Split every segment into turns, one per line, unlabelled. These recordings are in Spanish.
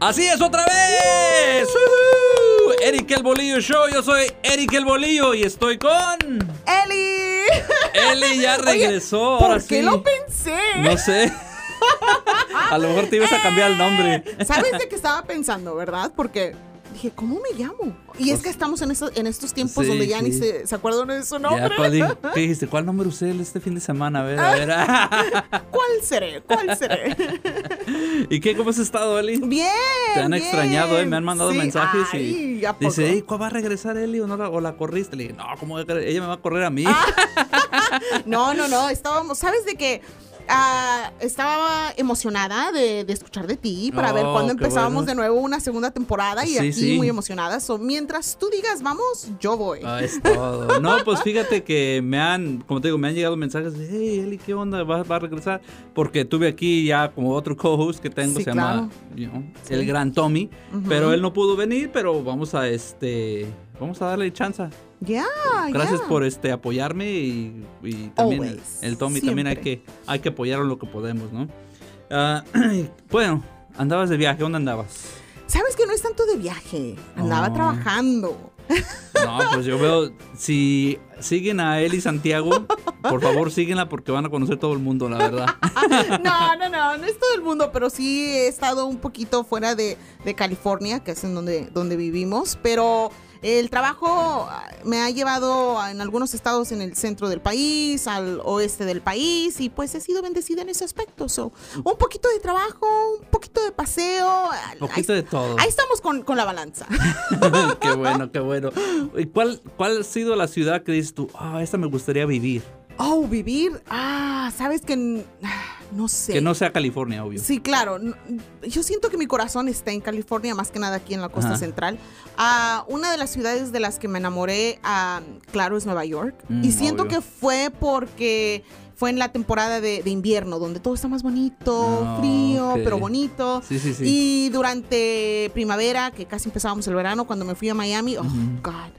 Así es otra vez. ¡Uhú! Eric el Bolillo Show, yo soy Eric el Bolillo y estoy con...
¡Eli!
Eli ya
Oye,
regresó.
¿Por
ahora
qué
sí.
lo pensé?
No sé. A lo mejor te ibas a cambiar el nombre.
¿Sabes de qué estaba pensando, verdad? Porque dije, ¿cómo me llamo? Y es que estamos en, estos, en estos tiempos
Pues Sí,
donde ya ni
sí.
se, se acuerdan de su
Ya,
nombre.
¿cuál di- ¿Qué dijiste? ¿Cuál nombre usé el este fin de semana? A ver, a ver.
Ah. ¿Cuál seré? ¿Cuál seré?
¿Y qué? ¿Cómo has estado, Eli?
Bien.
Te han
bien.
extrañado, ¿eh? Me han mandado
Sí,
mensajes
ay,
y
¿a poco?
dice, "Ey, ¿cuál va a regresar Eli o, no la, o la corriste? Le dije, no, ¿cómo va a correr? ella me va a correr a mí?
Ah, No, no, no, estábamos, ¿sabes de qué? Ah, estaba emocionada de, de escuchar de ti para
Oh,
ver cuándo
qué
empezábamos
bueno.
de nuevo una segunda temporada y
Sí,
aquí
sí.
muy emocionada. So, mientras tú digas vamos, yo voy.
Ah, es todo. No, pues fíjate que me han, como te digo, me han llegado mensajes de, hey, Eli, ¿qué onda? ¿Va, va a regresar? Porque tuve aquí ya como otro co-host que tengo,
Sí,
se llama you know,
Sí.
el gran Tommy,
Ujú.
pero él no pudo venir, pero vamos a este, vamos a darle chance.
Ya,
Gracias
Ah, ya.
por este apoyarme y, y también el,
Always,
el Tommy también hay que,
siempre.
hay que apoyarlo lo que podemos, ¿no? Ah, bueno, andabas de viaje, ¿dónde andabas?
Sabes que no es tanto de viaje. Andaba
Oh.
trabajando.
No, pues yo veo, si siguen a Eli Santiago, por favor síguenla porque van a conocer todo el mundo, la verdad.
No, no, no, no es todo el mundo, pero sí he estado un poquito fuera de, de California, que es en donde, donde vivimos, pero el trabajo ah, me ha llevado a- en algunos estados en el centro del país, al oeste del país, y pues he sido bendecida en ese aspecto. So, un poquito de trabajo, un poquito de paseo. ah,
Poquito
ahí,
de todo.
ahí estamos con, con la balanza.
qué bueno, qué bueno. ¿Y cuál, ¿Cuál ha sido la ciudad que dices tú, ah, esta me gustaría vivir?
Oh, vivir. Ah, sabes que n- ah, no sé.
Que no sea California, obvio.
Sí, claro. N- Yo siento que mi corazón está en California, más que nada aquí en la costa
Ajá.
central. Ah, una de las ciudades de las que me enamoré, ah, claro, es Nueva York.
Mm,
y siento
obvio.
que fue porque fue en la temporada de, de invierno, donde todo está más bonito,
Ah,
frío,
ok.
pero bonito.
Sí, sí, sí.
Y durante primavera, que casi empezábamos el verano, cuando me fui a Miami, oh,
Ujú.
God.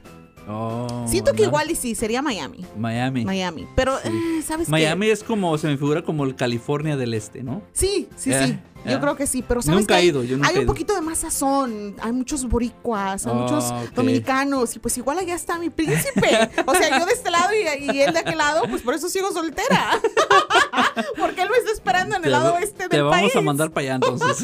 Oh,
Siento que
¿no?
igual y sí, sería Miami.
Miami. Miami,
Miami. Pero,
Sí.
eh, ¿sabes qué?
es como, se me figura como el California del Este, ¿no?
Sí, sí,
Eh,
sí.
eh.
Yo creo que sí, pero sabes
Nunca
que
he
hay-
ido, yo nunca
hay
he
un
ido.
poquito de más sazón, hay muchos boricuas, hay
Ah,
muchos
ok.
dominicanos y pues igual allá está mi príncipe. O sea, yo de este lado y, y él de aquel lado, pues por eso sigo soltera. Porque él me está esperando en el lado
Te-
este del
Te vamos
país.
a mandar para allá entonces.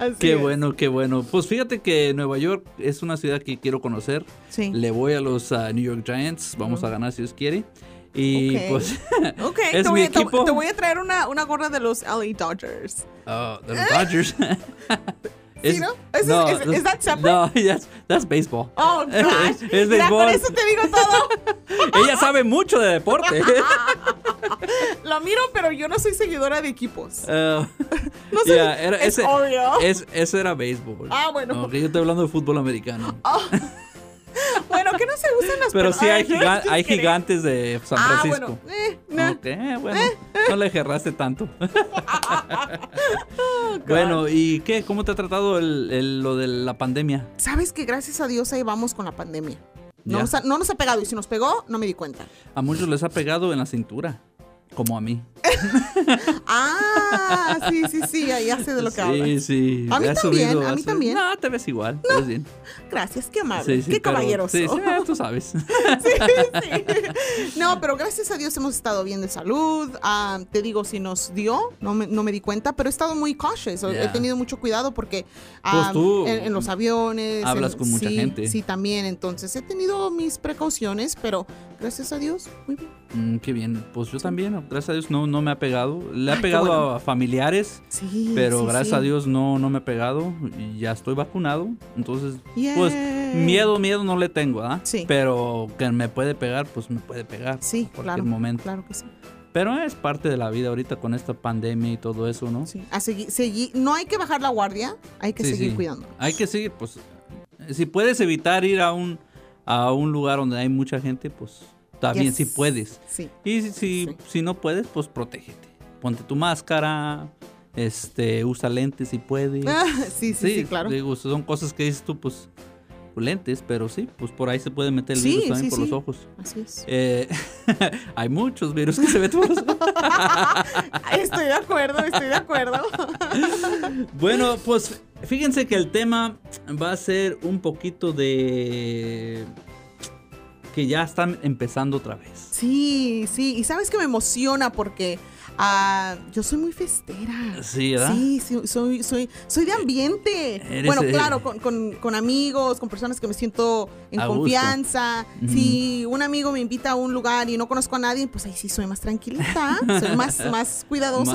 Así
qué
es.
bueno, qué bueno. Pues fíjate que Nueva York es una ciudad que quiero conocer.
Sí.
Le voy a los ah, New York Giants. Vamos a ganar si Dios quiere. Y
Ok.
pues.
Ok,
es
te,
mi
voy, a- te-
equipo.
te voy a traer una, una gorra de los LA Dodgers.
oh, the Dodgers.
¿no? Eso es- es-
los-
is that separate?
No, that's, that's baseball.
Oh, gosh.
Es
Mira, con
béisbol.
eso te digo todo.
Ella sabe mucho de deporte.
Lo miro, pero yo no soy seguidora de equipos.
Oh.
No sé,
Yeah, era-
es
ese,
Oreo.
es- ese era béisbol.
Ah, bueno.
No, que yo estoy hablando de fútbol americano.
Oh. Bueno, que no se usan las
Pero sí hay,
Ay, ah, no,
giga-
estoy
hay
queriendo.
gigantes de San
Ah,
Francisco.
bueno. eh, nah. Eh,
Ok, bueno, no le gerraste tanto. bueno, ¿y qué? ¿Cómo te ha tratado el, el- lo de la pandemia?
Sabes que gracias a Dios ahí vamos con la pandemia. No,
Ya.
nos ha, no nos ha pegado y si nos pegó, no me di cuenta.
A muchos les ha pegado en la cintura, como a mí.
Ah, sí, sí, sí, ya, ya sé de lo que hablas.
sí, sí.
A mí
has
también,
subido,
a
has
mí
subido.
también.
No, te ves igual. te ves bien.
Gracias, qué amable.
Sí, sí,
qué
pero-
caballeroso.
Sí, sí, tú sabes.
Sí, sí. No, pero gracias a Dios hemos estado bien de salud. Ah, te digo, si nos dio, no me, no me di cuenta, pero he estado muy cautious. He
Yeah.
tenido mucho cuidado porque ah,
Pues tú
en, en los aviones.
hablas
en-
con mucha
sí,
gente.
Sí, también. Entonces he tenido mis precauciones, pero gracias a Dios, muy bien.
Mm, qué bien. Pues yo también, gracias a Dios, no, no me ha pegado. Le ha
qué
pegado
bueno.
a familiares.
Sí.
Pero
sí,
gracias
sí.
a Dios no, no me he pegado y ya estoy vacunado. Entonces,
Yay.
pues miedo, miedo no le tengo, ¿ah?
Sí.
Pero que me puede pegar, pues me puede pegar.
Sí,
en cualquier
claro.
momento.
Claro que sí.
Pero es parte de la vida ahorita con esta pandemia y todo eso, ¿no?
sí. A seguir, seguir- no hay que bajar la guardia, hay que
Sí,
seguir
sí.
cuidando.
Hay que seguir, pues, si puedes evitar ir a un, a un lugar donde hay mucha gente, pues también si puedes.
Sí.
Y si, si,
Sí.
si no puedes, pues protégete. Ponte tu máscara, este, usa lentes si puedes.
Ah, sí, sí, sí, claro.
Digo, son cosas que dices tú, pues, lentes, pero sí, pues por ahí se puede meter el
Sí,
virus también
sí,
por
sí.
los ojos.
Así es.
Eh, hay muchos virus que se meten por los ojos.
Ah, Estoy de acuerdo, estoy de acuerdo.
Bueno, pues fíjense que el tema va a ser un poquito de que ya están empezando otra vez.
Sí, sí. Y sabes que me emociona porque ah, yo soy muy festera.
Sí, ¿verdad? Eh,
Sí, sí, soy, soy, soy de ambiente.
Eres,
bueno,
eh,
claro, con, con- con amigos, con personas que me siento en
A gusto.
confianza.
Ujú.
Si un amigo me invita a un lugar y no conozco a nadie, pues ahí sí soy más tranquilita, ¿eh? soy más, más cuidadosa,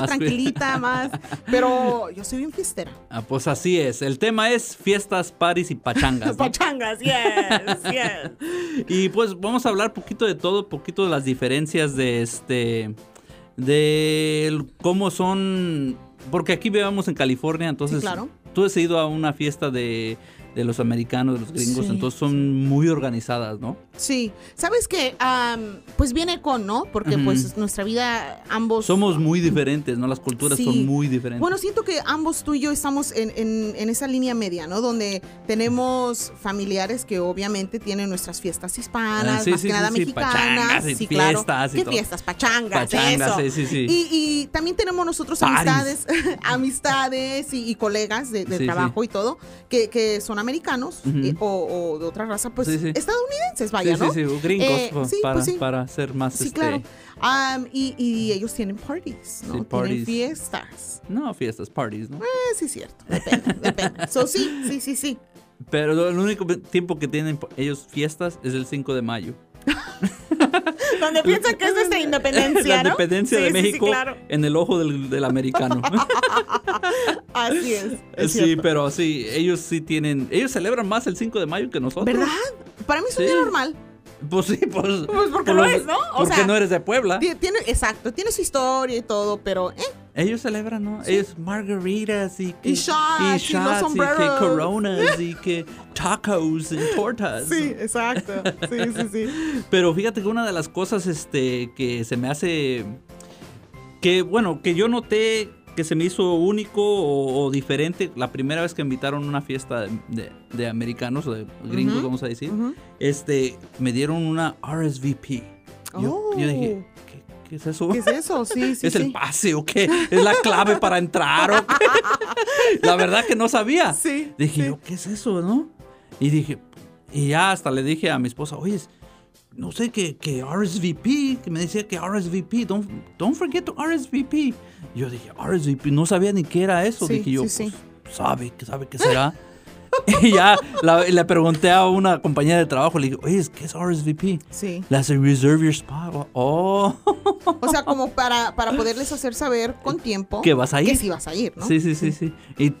Más cuida-
tranquilita, más. Pero yo soy bien fiestera.
Ah, pues así es. El tema es fiestas, paris y pachangas. ¿no?
Pachangas, yes, yes.
Y pues vamos a hablar poquito de todo, poquito de las diferencias de este de el- cómo son porque aquí vivimos en California, entonces
claro.
tú has ido a una fiesta de, de los americanos, de los gringos,
Sí.
entonces son muy organizadas, ¿no?
Sí, sabes que pues viene con, ¿no? Porque
Ujú.
pues nuestra vida ambos
Somos muy diferentes, ¿no? Las culturas
Sí.
son muy diferentes.
Bueno, siento que ambos tú y yo estamos en, en- en esa línea media, ¿no? Donde tenemos familiares que obviamente tienen nuestras fiestas hispanas,
Ah, sí,
más
sí,
que
sí,
nada
sí,
mexicanas.
pachangas y
sí,
fiestas y
¿Qué
todo.
fiestas? Pachangas,
Pachangas,
eso.
sí, sí, sí.
Y, y también tenemos nosotros
Parties.
amistades, amistades y, y colegas de, de
Sí, sí.
trabajo y todo, que, que son americanos
Ujú.
eh, o, o de otra raza, pues
Sí, sí.
estadounidenses,
sí,
vaya,
sí,
¿no?
sí, gringos
Eh,
pa-
sí,
para,
pues sí.
para ser más
Sí,
este
claro. Am, y, y ellos tienen parties, ¿no?
Sí, parties.
Tienen fiestas.
no fiestas, parties, ¿no?
Eh, sí, es cierto. Depende, depende. So, sí, sí, sí, sí.
Pero el único tiempo que tienen ellos fiestas es el 5 de mayo.
Donde piensan que es nuestra independencia,
la
¿no?
independencia
Sí,
de
sí, sí,
México
claro.
en el ojo del, del americano.
Así es. es
sí,
cierto.
pero sí, ellos sí tienen, ellos celebran más el 5 de mayo que nosotros.
¿Verdad? Para mí es un
Sí.
día normal.
Pues sí, pues.
Pues porque
por
lo
los-
es, ¿no? O
porque
sea,
no eres de Puebla.
Ti- Tiene, exacto, tiene su historia y todo, pero eh,
Ellos celebran, ¿no? Ellos margaritas y que,
Y shots, y los
que
sombreros.
coronas y que tacos y tortas.
sí, exacto. Sí, sí, sí.
Pero fíjate que una de las cosas este, que se me hace. Que bueno, que yo noté que se me hizo único o, o diferente la primera vez que invitaron a una fiesta de, de- de americanos o de gringos,
Ujú.
vamos a decir.
Ujú.
Este, me dieron una RSVP. Yo, yo dije,
Oh.
¿qué, qué es eso?
¿Qué es eso? Sí, sí,
¿Es
sí.
el pase o qué? ¿Es la clave para entrar o qué? La verdad que no sabía.
Sí.
Dije
sí.
yo, ¿qué es eso, no? Y dije, y ya hasta le dije a mi esposa, oye, no sé, que, que RSVP, que me decía que RSVP, don't, don't forget to RSVP. Yo dije, RSVP, no sabía ni qué era eso.
Sí,
dije yo,
sí, sí.
"Pues, sabe, que sabe qué será. y ya la- le pregunté a una compañera de trabajo, le dije, oye, ¿qué es RSVP?
Sí.
Le hace reserve your spot. Oh,
O sea, como para, para poderles hacer saber con tiempo
que vas a ir.
que sí vas a ir, ¿no?
Sí, sí, sí, sí. Y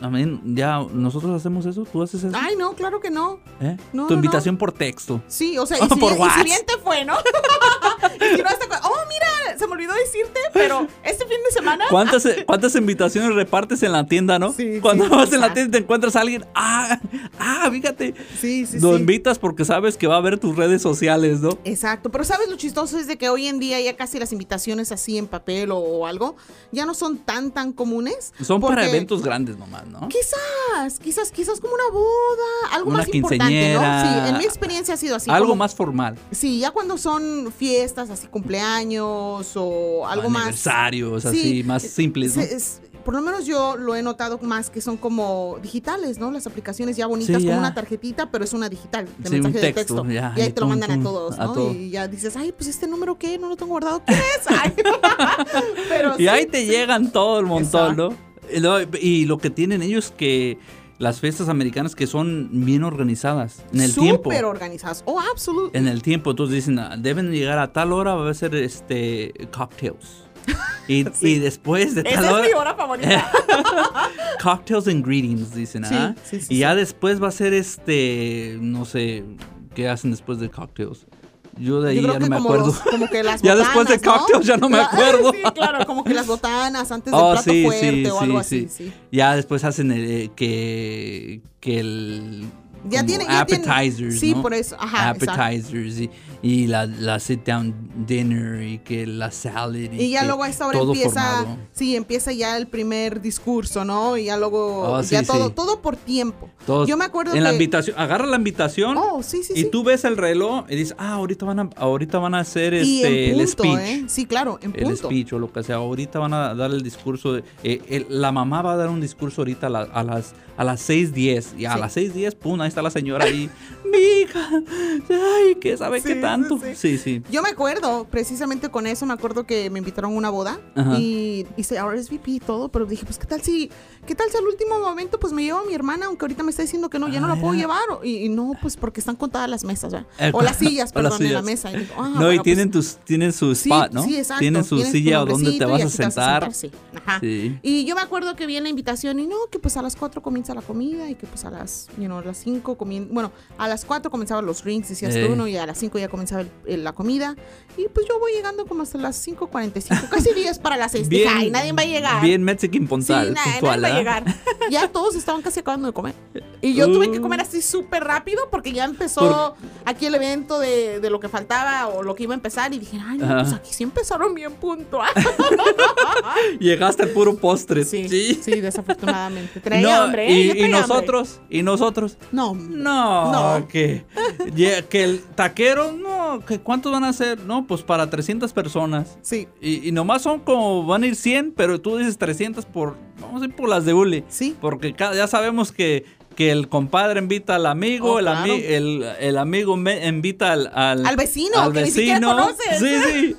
también, ya, nosotros hacemos eso, tú haces eso.
Ay, no, claro que no.
¿Eh?
No,
tu
no,
invitación por texto.
Sí, o sea,
Oh,
y si,
por
bien, y si
WhatsApp.
bien te fue, ¿no? Y si no, hasta cu- oh, mira, se me olvidó decirte, pero este fin de semana.
¿Cuántas, eh, ¿Cuántas invitaciones repartes en la tienda, no?
Sí,
Cuando
sí,
vas en la
exacto.
tienda y te encuentras a alguien, ah, ah, fíjate,
Sí, sí,
lo
sí.
invitas porque sabes que va a ver tus redes sociales, ¿no?
Exacto, pero sabes lo chistoso es de que hoy en día ya casi las invitaciones así en papel o, o algo ya no son tan tan comunes.
Son para
porque
eventos grandes nomás, ¿no?
Quizás, quizás, quizás como una boda, algo
Una
más importante, ¿no?
quinceañera.
Sí, en mi experiencia ha sido así.
Algo
como-
más formal.
Sí, ya cuando son fiestas, así cumpleaños o algo más.
Aniversarios,
Sí, eh,
así, más simples, ¿no?
se- es- por lo menos yo lo he notado más que son como digitales, ¿no? Las aplicaciones ya bonitas,
ya.
como una tarjetita, pero es una digital, de
Sí, un
mensaje
texto,
de texto.
ya,
y ahí
y
te lo
pum,
mandan
pum,
a todos,
a
¿no?
todo.
Y ya dices, ay, pues este número qué, no lo tengo guardado, ¿quién es? Ay, pero
Y
sí,
ahí te llegan todo el montón,
Exacto.
¿no? Y lo- Y lo que tienen ellos que las fiestas americanas que son bien organizadas en el tiempo.
Súper organizadas. Oh, absolutamente.
en el tiempo. Entonces dicen, "Ah, deben llegar a tal hora, va a ser este, cocktails. Y, y después de tal hora,
hora favorita.
cocktails and greetings, dicen.
Sí,
ah.
sí, sí,
y ya después va a ser este, no sé, ¿qué hacen después de cocktails? Yo de ahí
Yo creo
ya
que
no me
como,
acuerdo.
los- como que las
Ya
botanas,
después de
¿no?
cocktails ya no me
La-
acuerdo.
sí, claro, como que las botanas antes del
Oh, sí,
plato
sí,
fuerte o
sí,
algo
sí.
así, sí.
Ya después hacen el, eh, que, que el
Ya
como
tiene, ya tiene-
appetizers,
Sí,
¿no?
por eso. Ajá, exacto.
appetizers y, y la, la sit down dinner y que la salad y,
Y ya
que
luego a esta hora
Eh, todo
empieza,
formado.
sí, empieza ya el primer discurso, ¿no? Y ya luego,
Oh,
ya
sí,
todo,
sí.
todo por tiempo.
Todos-
Yo me acuerdo
en la
que...
invitación, agarra la invitación
Oh, sí, sí,
y
sí.
tú ves el reloj y dices, "Ah, ahorita van a ahorita van a hacer
Y en
este el
punto,
speech."
¿eh? Sí, claro, en
El
punto.
speech o lo que sea, ahorita van a dar el discurso. de- eh, el- la mamá va a dar un discurso ahorita a, la- a las a las 6:10. Y a
Sí.
las 6:10, pum, ahí está la señora ahí. Mi hija, ay, que sabe
Sí,
qué
sí,
tanto.
sí.
sí. sí.
Yo me acuerdo, precisamente con eso, me acuerdo que me invitaron a una boda
Ajá.
y hice RSVP y todo, pero dije, pues, ¿qué tal si, qué tal si al último momento, pues, me llevo a mi hermana, aunque ahorita me está diciendo que no, ya no la
Ah,
puedo
era-
llevar? o- Y, y no, pues, porque están contadas las mesas, ¿verdad?
Eh,
O las sillas,
o
perdón,
las
en la
sillas.
mesa. Y digo, ah,
No, y
bueno, pues,
tienen, tus, tienen su spot, ¿no?
Sí, exacto.
Tienen su
Tienes tu
silla o donde te
nombrecito y
vas a
aquí te
sentar.
vas sí. Ajá.
Sí.
Y yo me acuerdo que vi en la invitación y no, que pues a las 4 comienza la comida y que pues a las, you know, a las 5 comienza, bueno, a las 4 comenzaban los drinks, decías
Eh.
tú, ¿no? Y a las 5 ya comenzaba el- el- la comida. Y pues yo voy llegando como hasta las 5.45, casi 10 para las 6. Dije, ay, nadie va a llegar.
Bien Mexican
Sí,
puntual.
na-
puntual, ¿ah?
nadie va a
¿verdad?
llegar. Ya todos estaban casi acabando de comer. Y yo tuve que comer así súper rápido porque ya empezó aquí el evento de, de lo que faltaba o lo que iba a empezar. Y dije, ay, no,
Ajá.
pues aquí sí empezaron bien puntual.
Llegaste al puro postre.
Sí,
Sí.
sí, desafortunadamente. Traía
No,
hambre, ¿eh? Yo
y, y
traía hambre.
nosotros, y nosotros.
No.
No,
No.
que, ye- que el taquero, no, que cuántos van a ser, no, pues para 300 personas.
Sí,
Y, y nomás son como, van a ir 100, pero tú dices 300 por, vamos a ir por las de Uli.
sí.
Porque ca- ya sabemos que, que el compadre invita al amigo,
Oh,
el,
claro.
ami- el, el amigo me- invita al, al,
Al vecino, que ni siquiera conoces.
Sí, sí.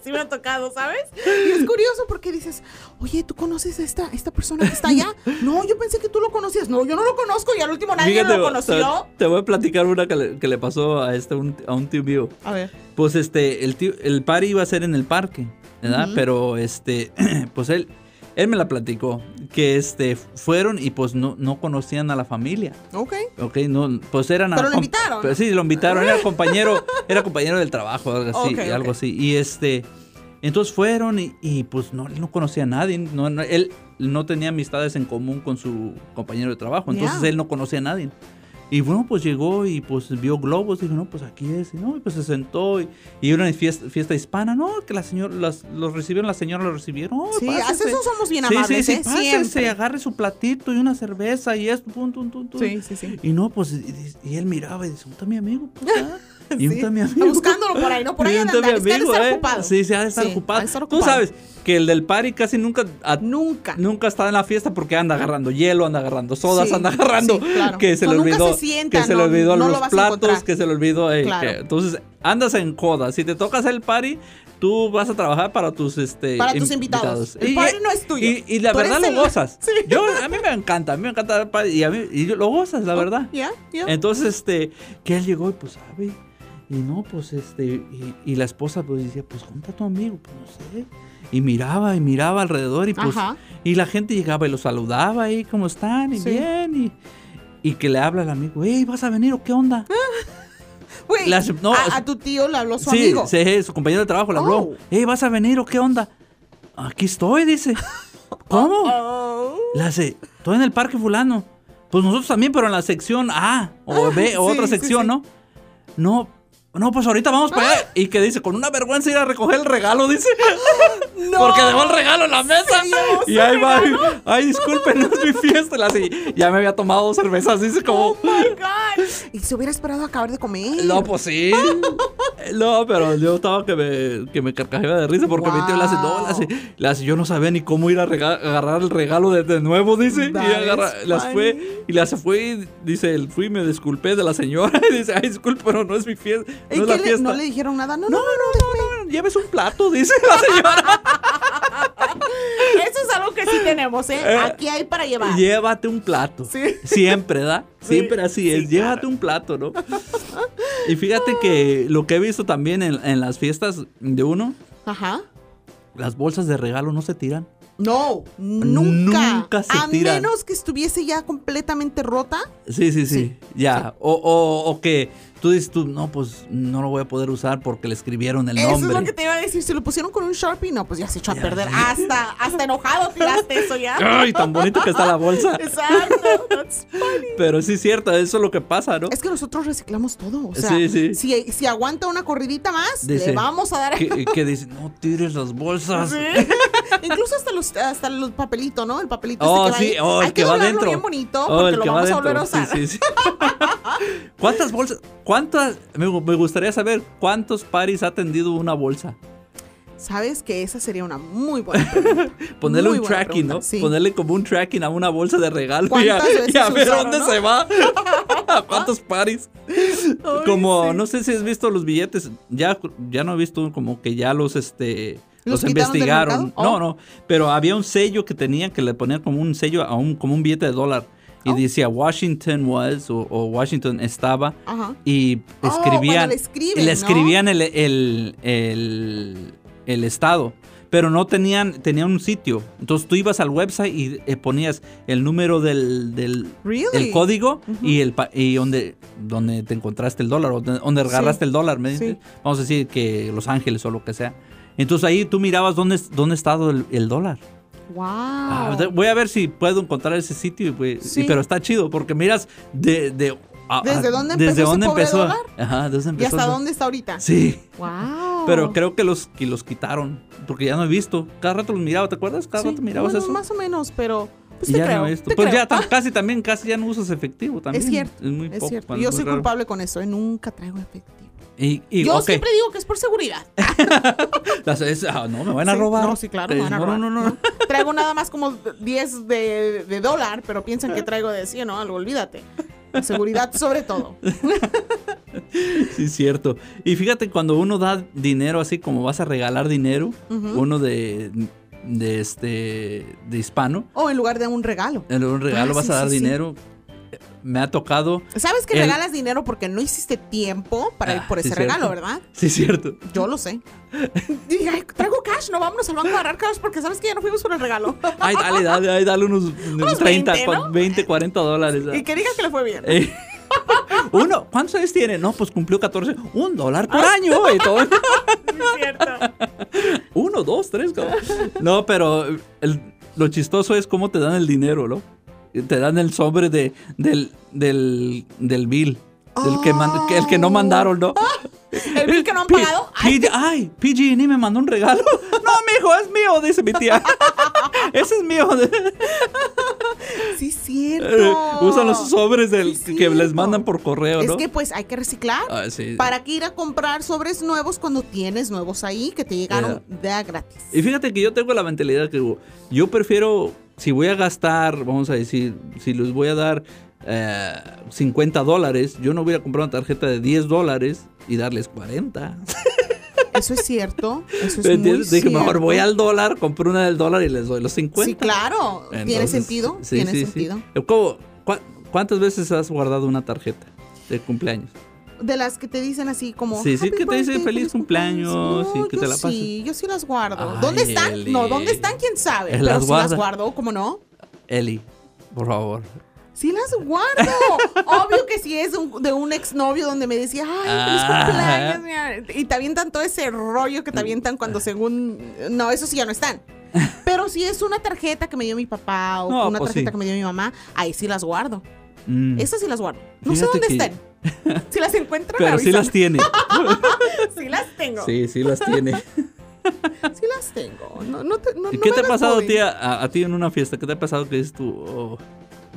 Así me ha tocado, ¿sabes? Y es curioso porque dices, oye, ¿tú conoces a esta, esta persona que está allá? No, yo pensé que tú lo conocías. No, yo no lo conozco y al último nadie
Fíjate,
lo
te,
conoció.
te voy a platicar una que le, que le pasó a, este, un- a un tío mío.
A ver.
Pues este, el, tío- el party iba a ser en el parque, ¿verdad?
Ujú.
Pero este, pues él, él me la platicó, que este, fueron y pues no, no conocían a la familia.
Ok.
Ok, no, pues eran. a-
Pero lo
com-
invitaron.
pero sí, lo invitaron. Era compañero, era compañero del trabajo, algo así,
Ok, ok.
algo así. Y este, entonces fueron y, y, pues no, no conocía a nadie. No, no- él no tenía amistades en común con su compañero de trabajo, entonces
Ya.
él no conocía a nadie. Y bueno, pues llegó y pues vio globos, dijo, no, pues aquí es, y no, y pues se sentó y, y era una fiesta, fiesta hispana, no, que la señora, las, los recibieron, la señora los recibieron, "Oh,
Sí,
pásese".
hasta eso somos bien
Sí, sí,
amables,
sí,
¿eh?
pásese,
Siempre.
agarre su platito y una cerveza y esto, pum, tum, tum, tum.
Sí, sí, sí.
Y no, pues, y, y él miraba y dice, ¿dónde está mi amigo? pues, ah?
Sí.
¿Y dónde está mi amigo?
Buscándolo por ahí, ¿no? Por ahí
¿Y
han de
dónde está
andar. Es que ha de
eh?
estar ocupado.
Sí, sí, ha de estar
Sí,
ocupado.
ha de estar
Tú
ocupado.
sabes que el del party casi nunca, a-
Nunca.
nunca está en la fiesta porque anda agarrando hielo, anda agarrando sodas,
Sí,
anda agarrando
sí, claro.
que se
No,
le
nunca
olvidó,
se sienta,
que se
no,
le olvidó
no lo
los
vas a
platos,
encontrar.
que se le olvidó. eh,
Claro.
que- entonces, andas en coda. Si te tocas el party, tú vas a trabajar para tus, este,
Para tus
in- e,
invitados. El party no es tuyo.
Y, y la
Tú
verdad
eres
lo
el-
gozas.
Sí.
Yo, a mí me encanta, a mí me encanta el party y, a mí, y yo- lo gozas,
Oh,
la verdad.
Ya, ya.
Entonces, este, que él llegó y pues, sabe. Y no, pues, este, y, y la esposa pues decía, pues, junta a tu amigo, pues, no sé. Y miraba y miraba alrededor y pues,
Ajá.
y la gente llegaba y lo saludaba y cómo están y
Sí.
bien y, y que le habla al amigo, hey, ¿vas a venir o qué onda?
Güey,
Las- no,
a, a tu tío le habló Ah, su
sí,
amigo.
sí, su compañero de trabajo le
Oh.
habló, hey, ¿vas a venir o qué onda? Aquí estoy, dice. ¿Cómo?
Oh.
Le hace, estoy en el parque fulano. Pues nosotros también, pero en la sección A o B o
sí,
otra
Ah, sí,
sección,
sí. Ah.
¿no? No, no, pues ahorita vamos para allá. Y que dice, con una vergüenza ir a recoger el regalo, dice. Porque dejó el regalo en la mesa.
llevó su
y ahí va, y, ay, disculpen, no es mi fiesta. Le hace, ya me había tomado dos cervezas, dice como.
Oh my God. Y se hubiera esperado a acabar de comer.
No, pues sí. No, pero yo estaba que me, que me carcajeaba de risa porque mi tío le hace, no, le hace, le hace, yo no sabía ni cómo ir a rega- agarrar el regalo de, de nuevo, dice.
That
y agarra,
is
las
funny.
fue, y las fue, y dice, el- fui y me disculpé de la señora. Y dice, ay, disculpe, pero no es mi fiesta.
¿Y
No es
qué
la
le-
fiesta.
no le dijeron nada? No,
no, no,
no,
no, no, lleves un plato, dice la señora.
Eso es algo que sí tenemos, ¿eh? Aquí hay para llevar.
Llévate un plato.
Sí.
Siempre, ¿da? Siempre
Sí,
así es.
sí,
Llévate un plato, ¿no? Y fíjate que lo que he visto también en, en las fiestas de uno,
Ajá.
las bolsas de regalo no se tiran.
No, nunca.
Nunca se
a
tiran.
menos que estuviese ya completamente rota.
Sí, sí, sí. Ya. O, o, o que tú dices tú, no, pues no lo voy a poder usar porque le escribieron el
Eso
nombre.
es lo que te iba a decir. Si lo pusieron con un Sharpie, no, pues ya se echó a
Ya,
perder.
sí.
Hasta, hasta enojado tiraste eso ya.
Ay, tan bonito que está la bolsa.
Exacto. That's funny.
Pero sí es cierto, eso es lo que pasa, ¿no?
Es que nosotros reciclamos todo. O sea,
Sí, sí.
Si, si aguanta una corridita más,
Dice
le vamos a dar.
Que, que dicen, no tires las bolsas.
Sí. Incluso hasta los, hasta los papelitos, ¿no? El papelito
Oh,
este que va
sí,
ahí.
oh,
Hay
el
que
que va
doblarlo
adentro.
bien bonito
Oh,
porque
el
lo
que va
vamos a volver a
adentro.
usar.
Sí, sí, sí. ¿Cuántas bolsas? ¿Cuántas? Me, gu- me gustaría saber cuántos paris ha atendido una bolsa.
Sabes que esa sería una muy buena pregunta.
Ponerle
Muy
un
buena
tracking,
pregunta,
¿no?
sí.
Ponerle como un tracking a una bolsa de regalo y a,
¿Cuántas veces
y a ver
usaron,
dónde
no?
se va. ¿A cuántos paris? como, no sé si has visto los billetes. Ya, ya no he visto como que ya los este.
¿Los
Los,
quitaron del
investigaron.
mercado? Oh.
No, no. Pero había un sello que tenían que le ponían como un sello a un, como un billete de dólar. Y
Oh.
decía Washington was o, o Washington estaba.
Ajá.
Y
Oh,
escribían.
cuando le escriben, ¿no?
escribían el, el, el- el estado. Pero no tenían, tenían un sitio. Entonces tú ibas al website y eh, ponías el número del, del,
Really?
el código y el pa- y donde donde te encontraste el dólar o donde- donde
Sí.
agarraste el dólar, ¿me
Sí.
entiendes? vamos a decir que Los Ángeles o lo que sea. Entonces ahí tú mirabas dónde es- dónde está el, el dólar.
Wow.
Ah, de- voy a ver si puedo encontrar ese sitio, y, pues, y-
Sí.
pero está chido porque miras de, de a-
¿Desde
a-
dónde
desde
empezó
dónde
ese pobre
empezó.
dólar?
Ajá, desde
¿Y
empezó.
hasta dónde está ahorita?
Sí.
Wow.
Pero creo que los que los quitaron porque ya no he visto. Cada rato los miraba, ¿te acuerdas? Cada
Sí,
rato mirabas
bueno,
eso.
más o menos, pero pues
Y
te
ya
creo,
no he visto.
te
Pues
creo. Ah.
ya tan- casi también, casi ya no usas efectivo también.
es cierto,
Es muy
es
poco,
cierto.
cuando-
Yo
muy
soy
raro.
culpable con eso, ¿eh? nunca traigo efectivo.
Y, y,
Yo
ok,
siempre digo que es por seguridad.
las- es- ah, no, me van a
Sí,
robar.
No, sí, claro, me
Es-
van a
no,
robar.
No, no, no.
Traigo nada más como 10 de, de dólar, pero piensan que traigo de 100 o algo, olvídate. Seguridad sobre todo.
Sí, es cierto. Y fíjate, cuando uno da dinero así como vas a regalar dinero, uno de, de este de hispano,
O en lugar de un regalo.
en un regalo
Ah,
vas
sí,
a dar
sí, sí.
dinero. Me ha tocado.
Sabes que
El-
regalas dinero porque no hiciste tiempo para ir
Ah,
por
sí,
ese
cierto.
regalo, ¿verdad?
Sí, es cierto.
Yo lo sé. Dije, "Ay, traigo cash, no vámonos al banco a agarrar cash porque sabes que ya no fuimos por el regalo.
Ay, dale, dale, ay, dale unos, unos 30,
20, ¿no?
cua- 20, 40 dólares. ah.
y que digas que le fue bien.
Eh, Uno, ¿cuántos años tiene? No, pues cumplió 14. Un dólar por
Ah.
año. Y todo.
Sí, es cierto.
Uno, dos, tres. como- No, pero el- lo chistoso es cómo te dan el dinero, ¿no? Te dan el sobre de, del, del, del bill. Del que man- que- el que no mandaron, ¿no?
Oh. Ah, El bill que no han
P-
pagado. ah, Ay,
P- ay, PG&E me mandó un regalo. No, mijo, es mío, dice mi tía. Ese es mío.
sí, es cierto.
Eh, Usan los sobres del,
Sí,
que les
cierto.
mandan por correo,
Es
¿no?
que pues hay que reciclar.
Ah, sí.
¿Para qué ir a comprar sobres nuevos cuando tienes nuevos ahí que te llegaron
Eh.
de gratis?
Y fíjate que yo tengo la mentalidad que digo, yo prefiero, si voy a gastar, vamos a decir, si les voy a dar eh, 50 dólares, yo no voy a comprar una tarjeta de 10 dólares y darles 40.
Eso es cierto. Eso es muy
¿Entiendes? Dije,
cierto.
mejor voy al dólar, compro una del dólar y les doy los 50.
Sí, claro. tiene
Entonces,
sentido.
sí,
tiene
sí, sí.
sentido.
¿Cómo- cua- ¿Cuántas veces has guardado una tarjeta de cumpleaños?
De las que te dicen así como.
Sí, sí,
"Happy
que te dicen
birthday,
feliz cumpleaños,
No,
sí, que
yo
te la pases.
Sí, yo sí las guardo.
Ay,
¿Dónde están? No, ¿dónde
Eli.
están? ¿Quién sabe?
Las
Pero sí las
guarda.
guardo, ¿cómo no?
Eli, por favor.
Sí las guardo. Obvio que sí es un- de un exnovio donde me decía, ay,
Ah.
feliz cumpleaños. mira". Y te avientan todo ese rollo que te avientan cuando según... No, eso sí ya no están. Pero si es una tarjeta que me dio mi papá o
No,
una
pues
tarjeta
sí.
que me dio mi mamá, ahí sí las guardo.
Mm.
Esas sí las guardo. No sé
Fíjate
dónde
que-
están. Si las encuentran,
Pero sí
avísame.
las tiene.
Sí las tengo. Sí,
Sí, sí las tiene.
las tengo. No, no te, no,
¿Y
no
qué
me
te ha
las
pasado,
joden.
tía, a, a ti en una fiesta? ¿Qué te ha pasado que dices tú, oh,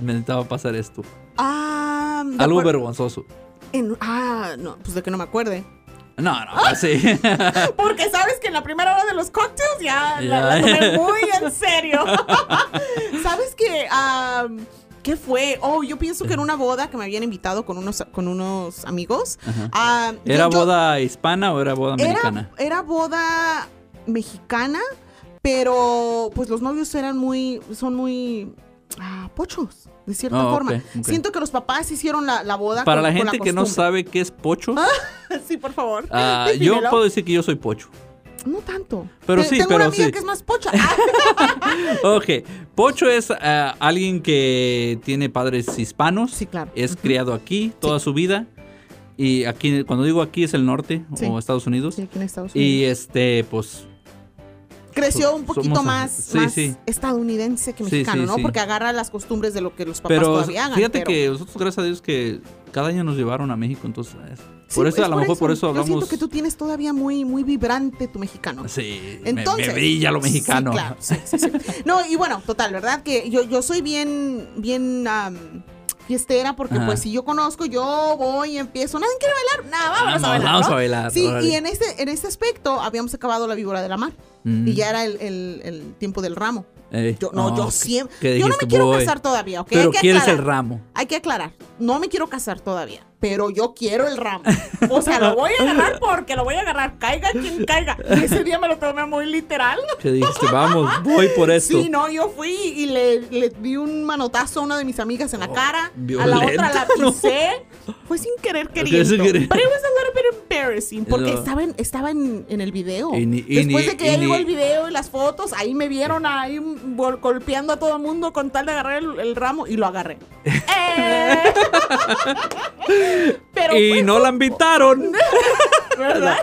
me necesitaba pasar esto?
Ah, de
Algo
acuerdo.
vergonzoso.
En- ah, no, pues de que no me acuerde.
No, no, sí. Ah.
Porque sabes que en la primera hora de los cócteles ya
Ya.
la, la tomé muy en serio. ¿Sabes que am, ¿Qué fue? Oh, yo pienso que en una boda que me habían invitado con unos, con unos amigos. am, Ah, yo-
¿Era
yo-
boda hispana o era boda
Era,
americana?
era boda mexicana, pero pues los novios eran muy, son muy ah, pochos, de cierta
Oh,
forma.
ok, ok.
Siento que los papás hicieron la, la boda.
Para
con-
la
con
gente que no
costumbre. Ah,
sabe qué es pocho,
sí, por favor.
ah, yo
defínelo.
puedo decir que yo soy pocho.
No tanto.
Pero
Te-
sí,
tengo una
pero
amiga
sí.
que es más pocha. Ah,
Ok, pocho es ah, alguien que tiene padres hispanos.
Sí, claro.
Es criado aquí toda su vida. Y aquí, cuando digo aquí es el norte
Sí.
o Estados Unidos.
Sí, aquí en Estados
Y
Unidos.
este, pues,
Creció
so-
un poquito
somos-
más,
sí,
más
sí.
estadounidense que
Sí,
mexicano,
sí,
¿no?
sí.
Porque agarra las costumbres de lo que los papás
pero
todavía hagan.
fíjate
pero-
que nosotros, gracias a Dios, que cada año nos llevaron a México, entonces. eh, es-
Sí,
por eso,
es
a lo mejor por eso
Yo
hablamos.
siento que tú tienes todavía muy, muy vibrante tu mexicano.
pues Sí, me-
Entonces,
me, brilla lo
sí,
mexicano.
claro, sí, sí, sí. No, y bueno, total, ¿verdad? Que yo, yo soy bien, bien am, fiestera, porque
Ajá.
pues si yo conozco, yo voy, empiezo, nadie quiere bailar, nada, vámonos
Vamos,
a bailar.
vamos
¿no?
a bailar,
Sí,
órale.
y en este, en este aspecto habíamos acabado la víbora de la mar.
Mm.
Y ya era el, el- el tiempo del ramo.
Ey,
Yo, no, yo
¿qué-
siempre.
qué
yo no
dijiste?
me quiero
Voy.
casar todavía, ¿ok?
Pero
Hay que
quieres el
aclarar.
ramo.
Hay que aclarar, no me quiero casar todavía, pero yo quiero el ramo. O sea, lo voy a agarrar porque lo voy a agarrar, caiga quien caiga. Ese día me lo tomé muy literal.
Que dijiste, vamos, voy por esto.
Sí, no, yo fui y le, le di un manotazo a una de mis amigas en
Oh,
la cara. a la
violenta,
otra la
¿no?
pisé. Fue sin querer
sin
queriendo.
querer.
Pero it was a little bit embarrassing. Porque
No.
estaba, en, estaba en, en el video.
Y ni- y
Después
ni-
de que ya
y
llegó
ni-
el video y las fotos, ahí me vieron ahí vol- golpeando a todo el mundo con tal de agarrar el, el ramo y lo agarré. ¡Eh! Pero pues,
y
fue-
no la invitaron.
¿verdad?